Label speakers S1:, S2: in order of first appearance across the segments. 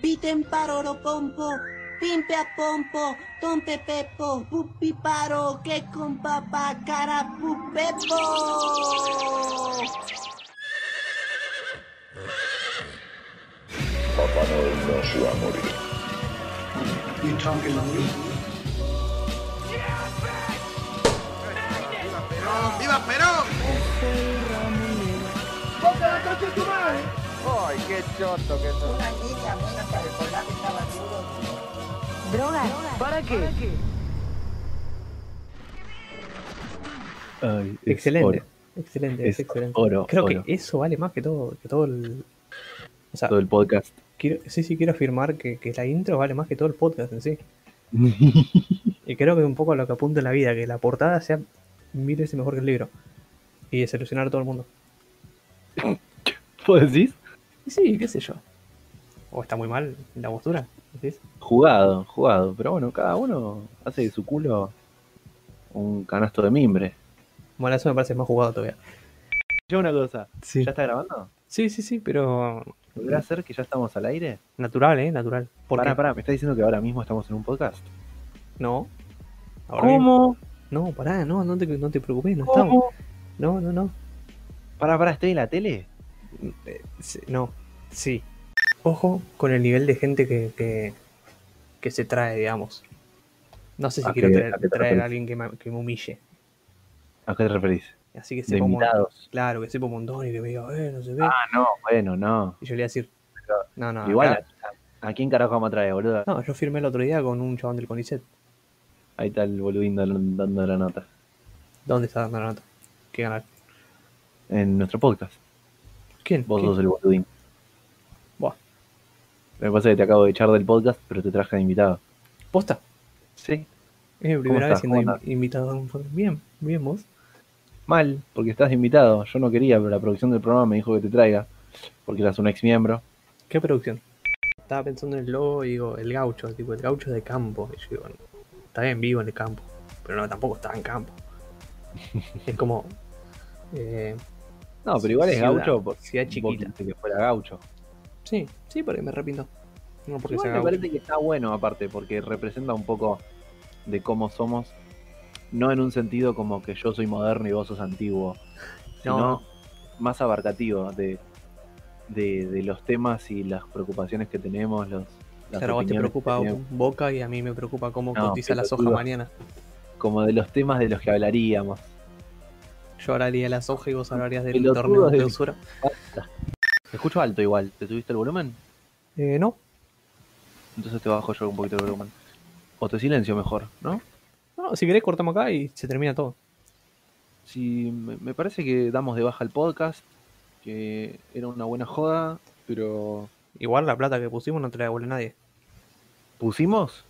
S1: Piten paroro pompo, pimpe a pompo, tompe pepo, pupi paro, que con papá cara pupepo.
S2: Papá Noel no se va a morir.
S3: You talking to me?
S4: ¡Viva Perón!
S5: ¡Ay, qué choto que sos! ¿Para qué?
S6: Ay, es
S7: Excelente,
S6: oro,
S7: excelente,
S6: Es
S7: es excelente.
S6: oro,
S7: Creo
S6: oro.
S7: que eso vale más que todo, que todo el. O sea,
S6: Todo el podcast.
S7: quiero- sí, sí, quiero afirmar que, que la intro vale más que todo el podcast en sí. Y creo que un poco a lo que apunta en la vida, que la portada sea mil veces mejor que el libro. Y desilusionar a todo el mundo.
S6: ¿Vos decís?
S7: Y sí, qué sé yo. O está muy mal la postura. ¿sí?
S6: Jugado, jugado. Pero bueno, cada uno hace de su culo un canasto de mimbre.
S7: Bueno, eso me parece más jugado todavía.
S6: Yo una cosa,
S7: Sí.
S6: ¿ya está grabando?
S7: Sí, sí, sí, pero
S6: ¿Podrá ser que ya estamos al aire?
S7: natural, ¿eh? Natural. ¿Por
S6: Pará,
S7: qué?
S6: pará, me está diciendo que ahora mismo estamos en un podcast.
S7: No. Ahora
S6: ¿Cómo?
S7: mismo. No, pará, no, no te, no te preocupes, no estamos.
S6: ¿Cómo?
S7: No, no, no.
S6: Pará, pará, ¿estoy en la tele?
S7: Sí, No, sí. Ojo con el nivel de gente que, que, que se trae, digamos. No sé si
S6: ¿A
S7: quiero
S6: qué-
S7: traer,
S6: a qué te
S7: traer
S6: referís?
S7: a alguien que me, que me humille.
S6: ¿A qué te referís?
S7: Así que
S6: De
S7: sepa un montón.
S6: invitados.
S7: Claro, que sepa un montón y que me diga, eh, no sé qué.
S6: Ah, no, bueno, no.
S7: Y yo le voy a decir, no, no.
S6: Igual,
S7: acá-
S6: ¿a, a quién carajo vamos a traer, boludo?
S7: No, yo firmé el otro día con un chabón del Conicet.
S6: Ahí está el boludín dando, dando la nota.
S7: ¿Dónde está dando la nota? ¿Qué canal?
S6: En nuestro podcast.
S7: ¿Quién?
S6: Vos
S7: ¿Quién?
S6: sos el boludín.
S7: Buah.
S6: Me pasa que te acabo de echar del podcast, pero te traje de invitado.
S7: ¿Posta?
S6: Sí.
S7: Es mi primera vez
S6: estás?
S7: siendo
S6: ¿Cómo
S7: in-
S6: estás?
S7: invitado a un podcast. Bien, bien vos.
S6: Mal, porque estás de invitado. Yo no quería, pero la producción del programa me dijo que te traiga. Porque eras un ex miembro.
S7: ¿Qué producción? Estaba pensando en el logo y digo, el gaucho, tipo, el gaucho de campo. Y yo digo, no, está bien vivo en el campo, pero no, tampoco está en campo. es como. eh,
S6: No, pero igual es
S7: Ciudad,
S6: gaucho. por-
S7: ciudad chiquita.
S6: vos quisiste que fuera gaucho.
S7: sí, sí, porque me repinto. No porque
S6: Igual
S7: sea
S6: me
S7: gaucho.
S6: parece que está bueno, aparte, porque representa un poco de cómo somos. No en un sentido como que yo soy moderno y vos sos antiguo. Sino
S7: No.
S6: más abarcativo de, de, de los temas y las preocupaciones que tenemos. Los, las
S7: Claro, a vos te
S6: opiniones
S7: preocupa
S6: que tenemos.
S7: Boca y a mí me preocupa cómo
S6: No,
S7: cotiza la soja
S6: pelotudo.
S7: mañana.
S6: Como de los temas de los que hablaríamos.
S7: Yo ahora haría la soja y vos hablarías del
S6: Pelotudo
S7: torneo de
S6: del-
S7: clausura.
S6: Te escucho alto igual. ¿Te subiste el volumen?
S7: Eh, no,
S6: Entonces te bajo yo un poquito el volumen. O te silencio mejor, ¿no?
S7: no, si querés cortamos acá y se termina todo.
S6: Sí, me, me parece que damos de baja el podcast, que era una buena joda, pero
S7: Igual la plata que pusimos no te la devuelve nadie.
S6: ¿pusimos?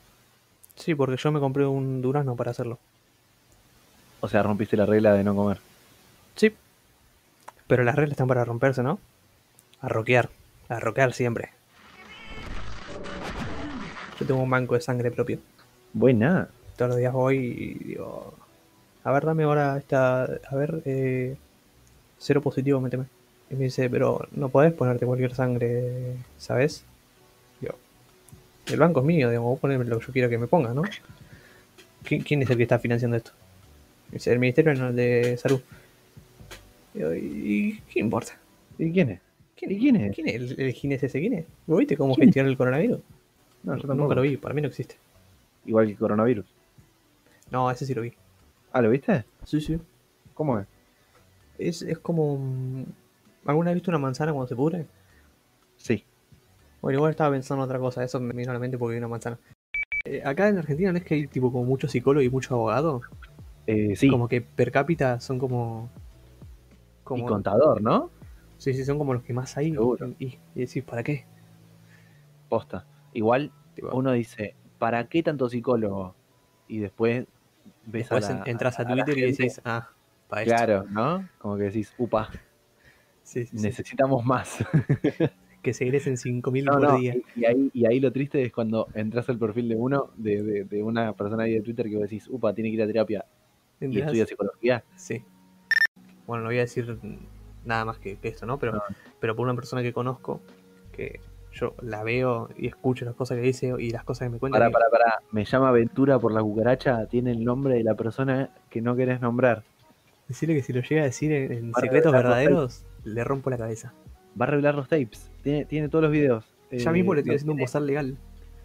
S7: Sí, porque yo me compré un durazno para hacerlo.
S6: O sea, rompiste la regla de no comer.
S7: Sí. Pero las reglas están para romperse, ¿no? A roquear. A roquear siempre. Yo tengo un banco de sangre propio.
S6: Buena.
S7: Todos los días voy y digo... A ver, dame ahora esta... A ver, eh, cero positivo, méteme. Y me dice, pero no podés ponerte cualquier sangre, ¿sabes? Digo, el banco es mío, digamos, vos poneme lo que yo quiero que me ponga, ¿no? ¿Qui- ¿Quién es el que está financiando esto? Me dice, el Ministerio de Salud. Digo, ¿y qué importa?
S6: ¿Y quién es? ¿Y quién es?
S7: ¿Quién es el, el Ginés ese? ¿Quién es? ¿Vos viste cómo
S6: ¿Quién es?
S7: gestionó el coronavirus?
S6: No, yo
S7: Nunca
S6: tampoco.
S7: lo vi, para mí no existe.
S6: Igual que el coronavirus.
S7: No, ese sí lo vi.
S6: Ah, ¿lo viste?
S7: Sí, sí.
S6: ¿Cómo es?
S7: Es, es como... mm, ¿Alguna vez viste una manzana cuando se pudre?
S6: Sí.
S7: Bueno, igual estaba pensando en otra cosa, eso me vino a la mente porque vi una manzana. Eh, acá en Argentina no es que hay tipo como muchos psicólogos y muchos abogados.
S6: Eh, sí.
S7: Como que per cápita son como...
S6: Y contador, ¿no?
S7: Sí, sí, son como los que más hay.
S6: Seguro.
S7: Y, y decís, ¿para qué?
S6: Posta. Igual
S7: Tipo,
S6: uno dice, ¿para qué tanto psicólogo? Y después ves
S7: después
S6: a la-
S7: entras a
S6: la
S7: Twitter y
S6: gente.
S7: decís, ah, para esto.
S6: Claro, ¿no? Como que decís, upa,
S7: Sí, sí, sí.
S6: necesitamos más.
S7: Que se egresen 5.000
S6: No,
S7: por
S6: no,
S7: día.
S6: Y, y ahí, y ahí lo triste es cuando entras al perfil de uno, de, de- de una persona ahí de Twitter que vos decís, upa, tiene que ir a terapia y
S7: ¿Entendés?
S6: estudia psicología.
S7: Sí. Bueno, no voy a decir nada más que, que esto, ¿no? Pero,
S6: No.
S7: pero por una persona que conozco, que yo la veo y escucho las cosas que dice y las cosas que me cuenta.
S6: Pará,
S7: y-
S6: pará, pará. Me llama Ventura por la cucaracha, tiene el nombre de la persona que no querés nombrar.
S7: Decirle que si lo llega a decir en, en
S6: Para
S7: secretos
S6: revelar los
S7: verdaderos, le rompo la cabeza.
S6: Va a revelar los tapes. Tiene, tiene todos los videos.
S7: ya
S6: Eh,
S7: mismo le
S6: lo
S7: estoy haciendo un
S6: tiene-
S7: bozal legal.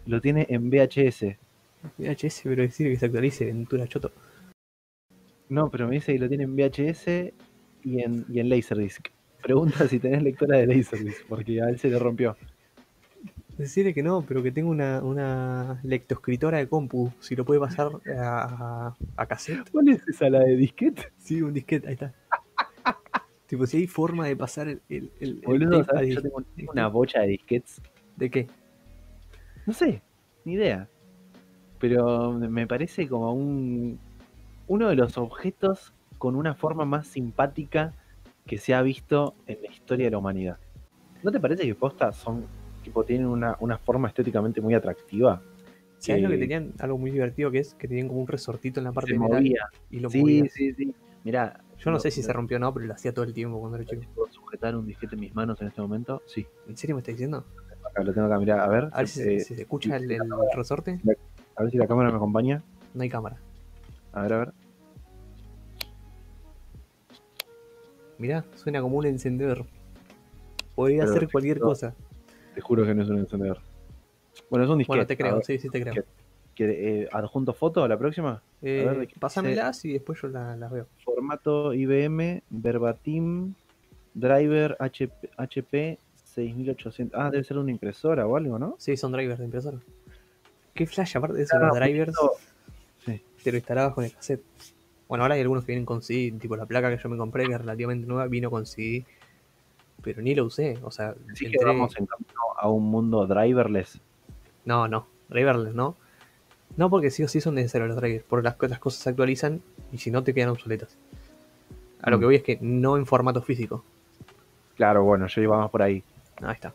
S6: Lo tiene en VHS.
S7: VHS, pero decirle que se actualice Ventura Choto.
S6: No, pero me dice que lo tiene en VHS y en, y en Laserdisc. Pregunta si tenés lectora de Laserdisc, porque a él se le rompió.
S7: Decirle que no, pero que tengo una, una lectoescritora de compu. Si lo puede pasar a, a, a cassette.
S6: ¿Cuál es esa, la de disquete?
S7: Sí, un disquete, ahí está. tipo, si hay forma de pasar el. el, el- el
S6: Boludo,
S7: tape a
S6: ¿sabes? Yo
S7: dis-
S6: tengo tengo una bocha de disquetes.
S7: ¿De qué?
S6: No sé, ni idea. Pero me parece como un uno de los objetos con una forma más simpática que se ha visto en la historia de la humanidad. ¿No te parece que postas son tipo tienen una, una forma estéticamente muy atractiva?
S7: ¿Sabes lo que
S6: Eh,
S7: tenían? Algo muy divertido que es que tenían como un resortito en la parte
S6: se
S7: de metal
S6: movía.
S7: y lo
S6: sí,
S7: movían.
S6: sí, sí. Mirá,
S7: Yo no, sé si se
S6: rompió.
S7: rompió o no, pero lo hacía todo el tiempo cuando era chico.
S6: ¿Puedo sujetar un disquete en mis manos en este momento? Sí,
S7: ¿En serio me estás diciendo?
S6: acá lo tengo acá, mirá, a ver.
S7: A ver si, se-
S6: eh,
S7: si se escucha el, el resorte.
S6: a ver si la cámara me acompaña.
S7: No hay cámara.
S6: A ver, a ver.
S7: Mirá, suena como un encendedor. Podría
S6: Pero
S7: hacer cualquier
S6: no.
S7: cosa.
S6: Te juro que no es un encendedor. Bueno, es un disquete.
S7: Bueno, te
S6: a ver.
S7: creo, sí, sí te creo.
S6: disquete. ¿Quiere, eh, ¿Adjunto foto a la próxima?
S7: Eh,
S6: ver, ¿de qué-
S7: pásamelas y después yo la- las veo.
S6: Formato IBM, verbatim, driver HP, HP 6800. Ah, debe ser una impresora o algo, ¿no?
S7: Sí, son drivers de impresora. Qué flash, aparte de eso,
S6: Claro,
S7: los drivers
S6: Ah, justo. Sí.
S7: te lo instalabas con el cassette. Bueno, ahora hay algunos que vienen con CD, tipo la placa que yo me compré, que es relativamente nueva, vino con CD. Pero ni lo usé, o sea,
S6: Así que
S7: entré-
S6: vamos en camino a un mundo driverless.
S7: No, no, driverless, ¿no? No, porque sí o sí son necesarios los drivers, porque las, co- las cosas se actualizan y si no te quedan obsoletas. A lo
S6: Mm.
S7: que voy es que no en formato físico. Ah,
S6: Claro, bueno, yo iba más por ahí.
S7: Ahí está.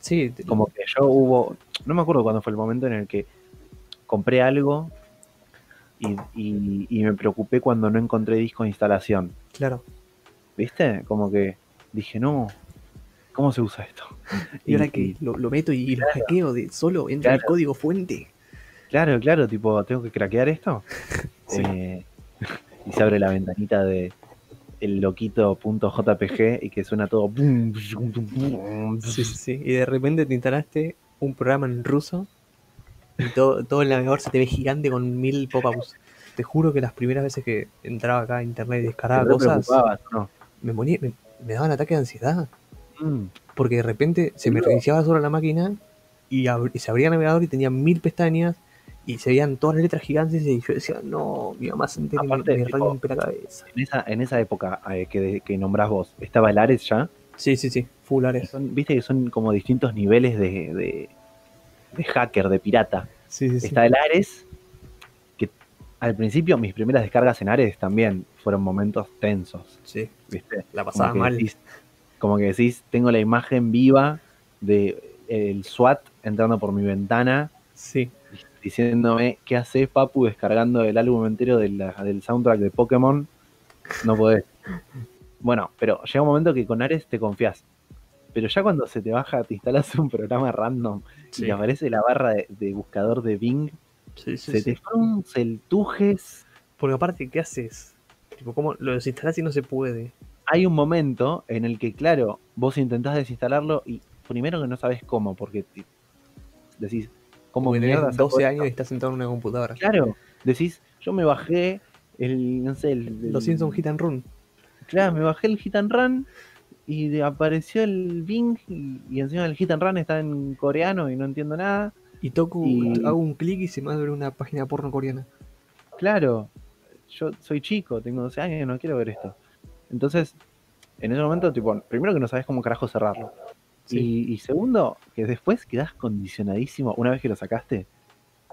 S7: Sí, te-
S6: Como que yo hubo. No me acuerdo cuándo fue el momento en el que compré algo y, y- y me preocupé cuando no encontré disco de instalación.
S7: claro.
S6: ¿Viste? Como que dije, no, ¿cómo se usa esto?
S7: Y ahora que lo, lo meto y lo hackeo de solo entra el
S6: Claro.
S7: código fuente.
S6: Claro, claro, tipo, tengo que craquear esto.
S7: Sí.
S6: Eh, y se abre la ventanita de el loquito.jpg y que suena todo. bum, bum, bum, bum.
S7: Sí, sí, sí. Y de repente te instalaste un programa en ruso y todo, todo el navegador se te ve gigante con mil pop-ups. Te juro que las primeras veces que entraba acá a internet y
S6: Te
S7: descargaba
S6: re
S7: cosas,
S6: preocupabas, ¿no?
S7: me, ponía, me, me daban ataques de ansiedad.
S6: Mm,
S7: porque de repente se me reiniciaba sola la máquina y, ab- y se abría el navegador y tenía mil pestañas y se veían todas las letras gigantes y yo decía, no, mi mamá se entera y me,
S6: Aparte,
S7: me
S6: tipo-
S7: rompe la cabeza.
S6: En, esa, en esa época eh, que, que nombrás vos, ¿estaba el Ares ya?
S7: Sí, sí, sí, full
S6: Y
S7: Ares.
S6: son- Viste que son como distintos niveles de, de, de hacker, de pirata.
S7: Sí, sí, sí.
S6: Está el Ares, que al principio mis primeras descargas en Ares también fueron momentos tensos,
S7: Sí,
S6: ¿viste?
S7: la
S6: como
S7: pasaba
S6: que
S7: mal.
S6: decís- como que decís, tengo la imagen viva de eh, el SWAT entrando por mi ventana
S7: Sí,
S6: diciéndome qué haces Papu descargando el álbum entero de la- del soundtrack de Pokémon. No podés. Bueno, pero llega un momento que con Ares te confías. Pero ya cuando se te baja, te instalas un programa random y
S7: sí,
S6: te aparece la barra de, de buscador de Bing,
S7: sí, sí,
S6: se
S7: sí.
S6: te fueron celtujes.
S7: Porque aparte, ¿qué haces? Tipo, ¿cómo lo desinstalás y no se puede?
S6: hay un momento en el que, claro, vos intentás desinstalarlo y primero que no sabes cómo, porque te- decís, ¿cómo
S7: Como que
S6: mierda
S7: tenés
S6: saco
S7: 12
S6: esto?
S7: años y estás sentado en una computadora.
S6: Claro, decís, yo me bajé el, no sé, el...
S7: Los
S6: el-
S7: Simpsons Hit and Run.
S6: Claro, me bajé el Hit and Run y de- apareció el Bing y, y encima del Hit and Run está en coreano y no entiendo nada.
S7: Y toco,
S6: Y-
S7: hago un clic y se me abre una página porno coreana.
S6: Claro, yo soy chico, tengo 12 años, no quiero ver esto. Entonces, en ese momento, tipo, primero que no sabes cómo carajo cerrarlo.
S7: Sí,
S6: Y, y segundo, que después quedás condicionadísimo, una vez que lo sacaste,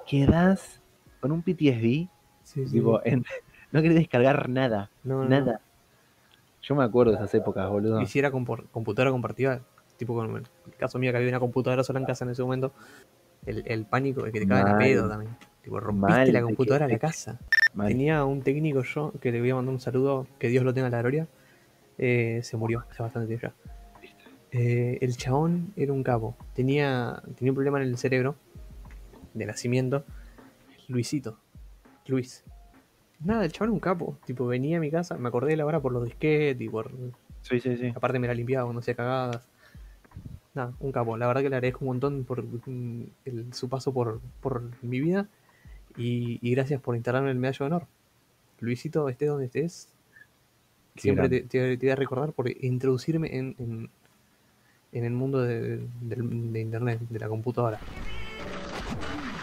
S6: quedás con un PTSD,
S7: sí, sí.
S6: tipo, en- no querés descargar nada,
S7: No, no, no.
S6: nada. Yo me acuerdo de esas épocas, boludo.
S7: hiciera compor- computadora compartida, tipo con en el caso mío que había una computadora sola en casa en ese momento, el, el pánico de que te cagan a
S6: Mal.
S7: pedo también. Tipo, rompiste
S6: Mal,
S7: la
S6: de
S7: computadora de
S6: que-
S7: la casa.
S6: Mal.
S7: Tenía un técnico yo que le voy a mandar un saludo, que Dios lo tenga en la gloria. eh, se murió hace bastante tiempo ya. eh, el chabón era un capo. Tenía, tenía un problema en el cerebro de nacimiento. Luisito. Luis. Nada, el chabón era un capo. Tipo, venía a mi casa, me acordé de la hora por los disquetes y por.
S6: Sí, sí, sí.
S7: Aparte me la limpiaba cuando hacía cagadas. Nada, un capo. La verdad que le agradezco un montón por mm, el- su paso por, por mi vida. Y, y gracias por instalarme el medallo de honor. Luisito, estés donde estés,
S6: Qué
S7: siempre
S6: grande.
S7: te, te- te voy a recordar por introducirme en, en, en el mundo de, del- de internet, de la computadora.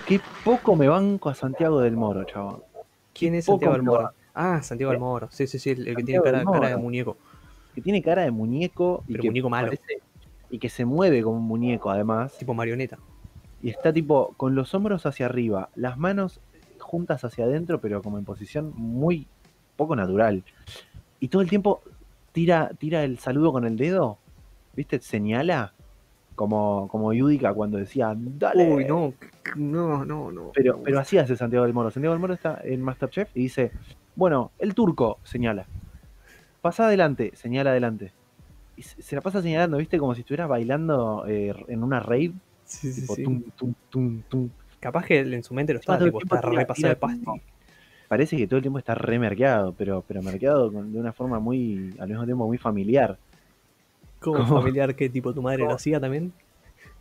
S6: Qué poco me banco a Santiago del Moro, chabón.
S7: ¿Quién es
S6: poco
S7: Santiago del
S6: me
S7: Moro? Ah, Santiago del Moro. Sí, sí, sí, el, el que tiene
S6: Santiago del
S7: cara, cara de
S6: Moro.
S7: muñeco.
S6: Que tiene cara de muñeco y
S7: Pero
S6: que
S7: muñeco malo.
S6: parece- y que se mueve como un muñeco además.
S7: Tipo marioneta.
S6: Y está tipo con los hombros hacia arriba, las manos juntas hacia adentro, pero como en posición muy poco natural. Y todo el tiempo tira, tira el saludo con el dedo, ¿viste? Señala, como, como Yudica cuando decía, dale.
S7: Uy, no, no, no, no.
S6: Pero, pero así hace Santiago del Moro. Santiago del Moro está en Masterchef y dice, bueno, el turco señala. Pasa adelante, señala adelante. Y se se la pasa señalando, ¿viste? Como si estuviera bailando eh, en una rave.
S7: Sí, sí,
S6: tipo,
S7: sí.
S6: tum, tum, tum, tum.
S7: Capaz que él en su mente lo está,
S6: Todo el
S7: tipo,
S6: tiempo
S7: está
S6: tira-
S7: repasado de
S6: tira
S7: pasti.
S6: como- Parece que todo el tiempo está remerqueado, pero, pero merqueado con- de una forma muy, al mismo tiempo, muy familiar.
S7: Como
S6: como-
S7: familiar que tipo tu madre lo hacía también.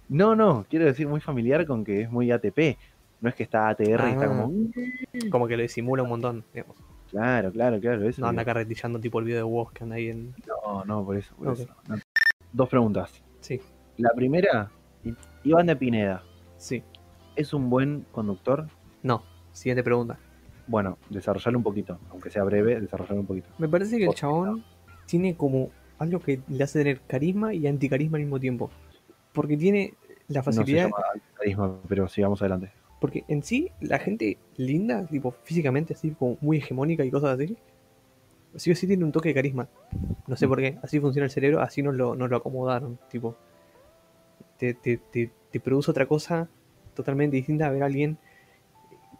S6: No, no, quiero decir muy familiar con que es muy ATP. No es que está ATR y está
S7: Ah.
S6: como, "Mm,
S7: Como que lo disimula un montón, digamos.
S6: claro, claro, claro. Eso,
S7: No anda
S6: digo.
S7: carretillando tipo el video de vos que anda ahí en.
S6: no, no, por eso. por
S7: Ok.
S6: eso. No. Dos preguntas.
S7: Sí,
S6: La primera, Iván de Pineda,
S7: sí.
S6: ¿es un buen conductor?
S7: No. Siguiente pregunta.
S6: Bueno, desarrollar un poquito, aunque sea breve, desarrollar un poquito.
S7: Me parece que el
S6: Porque
S7: chabón tiene como algo que le hace tener carisma y anticarisma al mismo tiempo. Porque tiene la facilidad.
S6: No se llama carisma, pero sigamos adelante.
S7: porque en sí, la gente linda, tipo físicamente así, como muy hegemónica y cosas así, sí o sí tiene un toque de carisma. No
S6: Mm.
S7: sé por qué. Así funciona el cerebro, así nos lo, nos lo acomodaron. Tipo, te, te, te, te produce otra cosa totalmente distinta a ver a alguien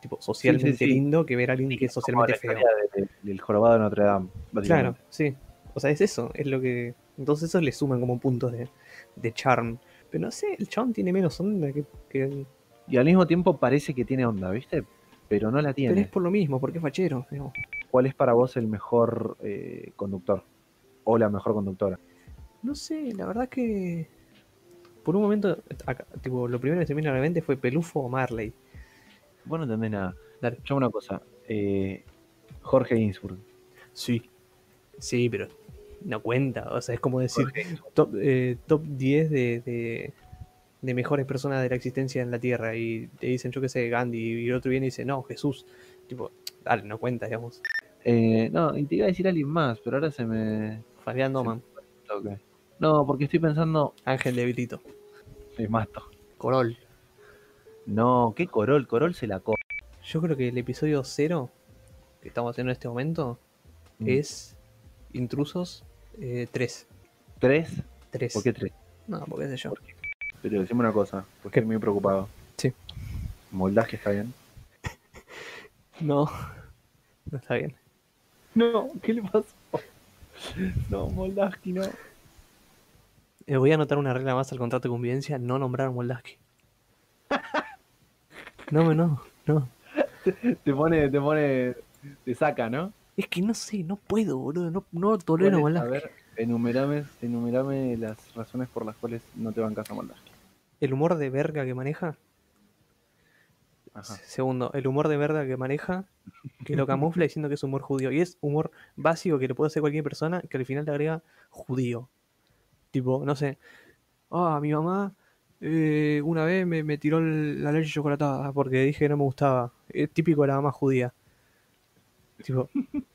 S7: tipo socialmente
S6: sí.
S7: lindo que ver a alguien que es
S6: Como
S7: socialmente
S6: la
S7: feo.
S6: historia de- de- del jorobado de Notre Dame,
S7: Claro,
S6: básicamente.
S7: sí. O sea, es eso, es lo que. Entonces esos le suman como puntos de, de charm. Pero no sé, el charm tiene menos onda que. que-
S6: Y al mismo tiempo parece que tiene onda, ¿viste? Pero no la
S7: Pero es
S6: tiene.
S7: por lo mismo, porque es fachero. digamos.
S6: ¿Cuál es para vos el mejor eh, conductor? O la mejor conductora.
S7: No sé, la verdad que. Por un momento, acá- tipo, lo primero que se me vino a la mente fue Pelufo o Marley.
S6: Vos no entendés nada.
S7: Dale.
S6: Yo una cosa. eh, Jorge Ginsburg.
S7: Sí. Sí, pero no cuenta. O sea, es como decir
S6: Jorge Ginsburg.
S7: top, eh, top 10 de, de- de mejores personas de la existencia en la Tierra. Y te dicen, yo qué sé, Gandhi. Y el otro viene y dice, no, Jesús. Tipo, dale, no cuenta, digamos.
S6: Eh, no, y te iba a decir alguien más, pero ahora se me...
S7: Fabián Doman,
S6: toca. No, porque estoy pensando
S7: Ángel de Vitito,
S6: Me mato.
S7: Corol.
S6: No, qué Corol, Corol se la co.
S7: Yo creo que el episodio cero que estamos haciendo en este momento
S6: Mm.
S7: es Intrusos eh, 3.
S6: ¿Tres?
S7: 3.
S6: ¿Por qué tres?
S7: No, porque sé yo.
S6: Pero decime una cosa, porque estoy muy preocupado.
S7: Sí.
S6: ¿Moldaje está bien?
S7: No, no está bien.
S6: No, ¿qué le pasó? No, Moldaje no.
S7: Eh, voy a anotar una regla más al contrato de convivencia: no nombrar a Moldaski. No, me- no, no.
S6: Te pone, te pone, te saca, ¿no?
S7: Es que no sé, no puedo, boludo. No, no tolero a
S6: ¿Cuáles? A
S7: Moldaski.
S6: ver, enumerame, enumerame las razones por las cuales no te bancas a Moldaje.
S7: El humor de verga que maneja. Ah.
S6: Ajá.
S7: Segundo, el humor de verga que maneja, que lo camufla diciendo que es humor judío. Y es humor básico que le puede hacer cualquier persona, que al final le agrega judío. Tipo, no sé. Ah, mi mamá eh, una vez me, me tiró el- la leche chocolatada porque dije que no me gustaba. Es típico de la mamá judía. Tipo,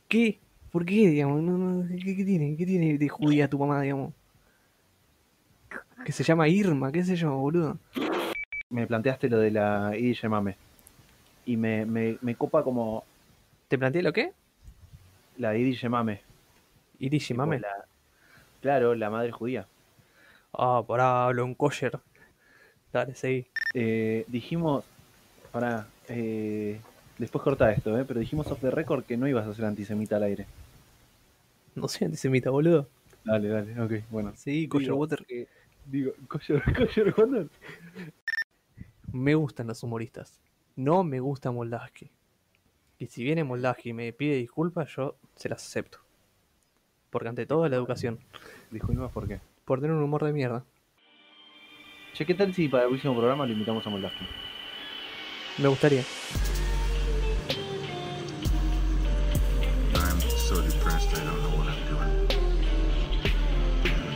S7: ¿qué? ¿Por qué? Digamos, No, no, ¿qué, qué tiene? ¿Qué tiene de judía tu mamá, digamos? Que se llama Irma, qué sé yo, boludo.
S6: Me planteaste lo de la Ille Mame. Y me, me, me copa como
S7: ¿Te planteé lo qué?
S6: la Idille Mame.
S7: Irishi,
S6: tipo
S7: mame.
S6: la- claro, la madre judía.
S7: Ah, pará, hablo en kosher. Dale, seguí.
S6: Eh, dijimos, para después corta esto, eh, pero dijimos off the record que no ibas a ser antisemita al aire.
S7: No soy antisemita, boludo.
S6: Dale, dale, ok, bueno.
S7: Seguí, kosher
S6: Digo,
S7: water.
S6: que Digo, Coyer, Coyer Wonder.
S7: Me gustan los humoristas. No me gusta Moldavski. Y si viene Moldavski y me pide disculpas, yo se las acepto. Porque ante todo es la educación.
S6: Disculpas por qué.
S7: Por tener un humor de mierda.
S6: Che, ¿qué tal si para el próximo programa lo invitamos a Moldavski?
S7: Me gustaría.
S4: I'm so depressed I don't know what I'm doing.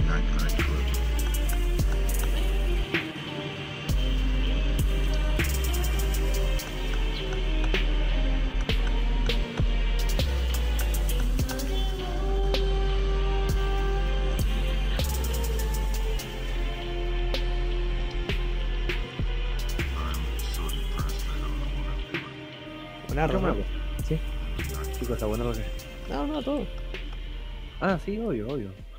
S4: Night Night Club. I'm so depressed I don't know what I'm doing.
S7: Buenardo,
S6: Hagamos
S7: ¿no?
S6: una cosa.
S7: Sí.
S6: Chicos, abonarlo.
S7: No, no, todo.
S6: Ah, sí, obvio, obvio.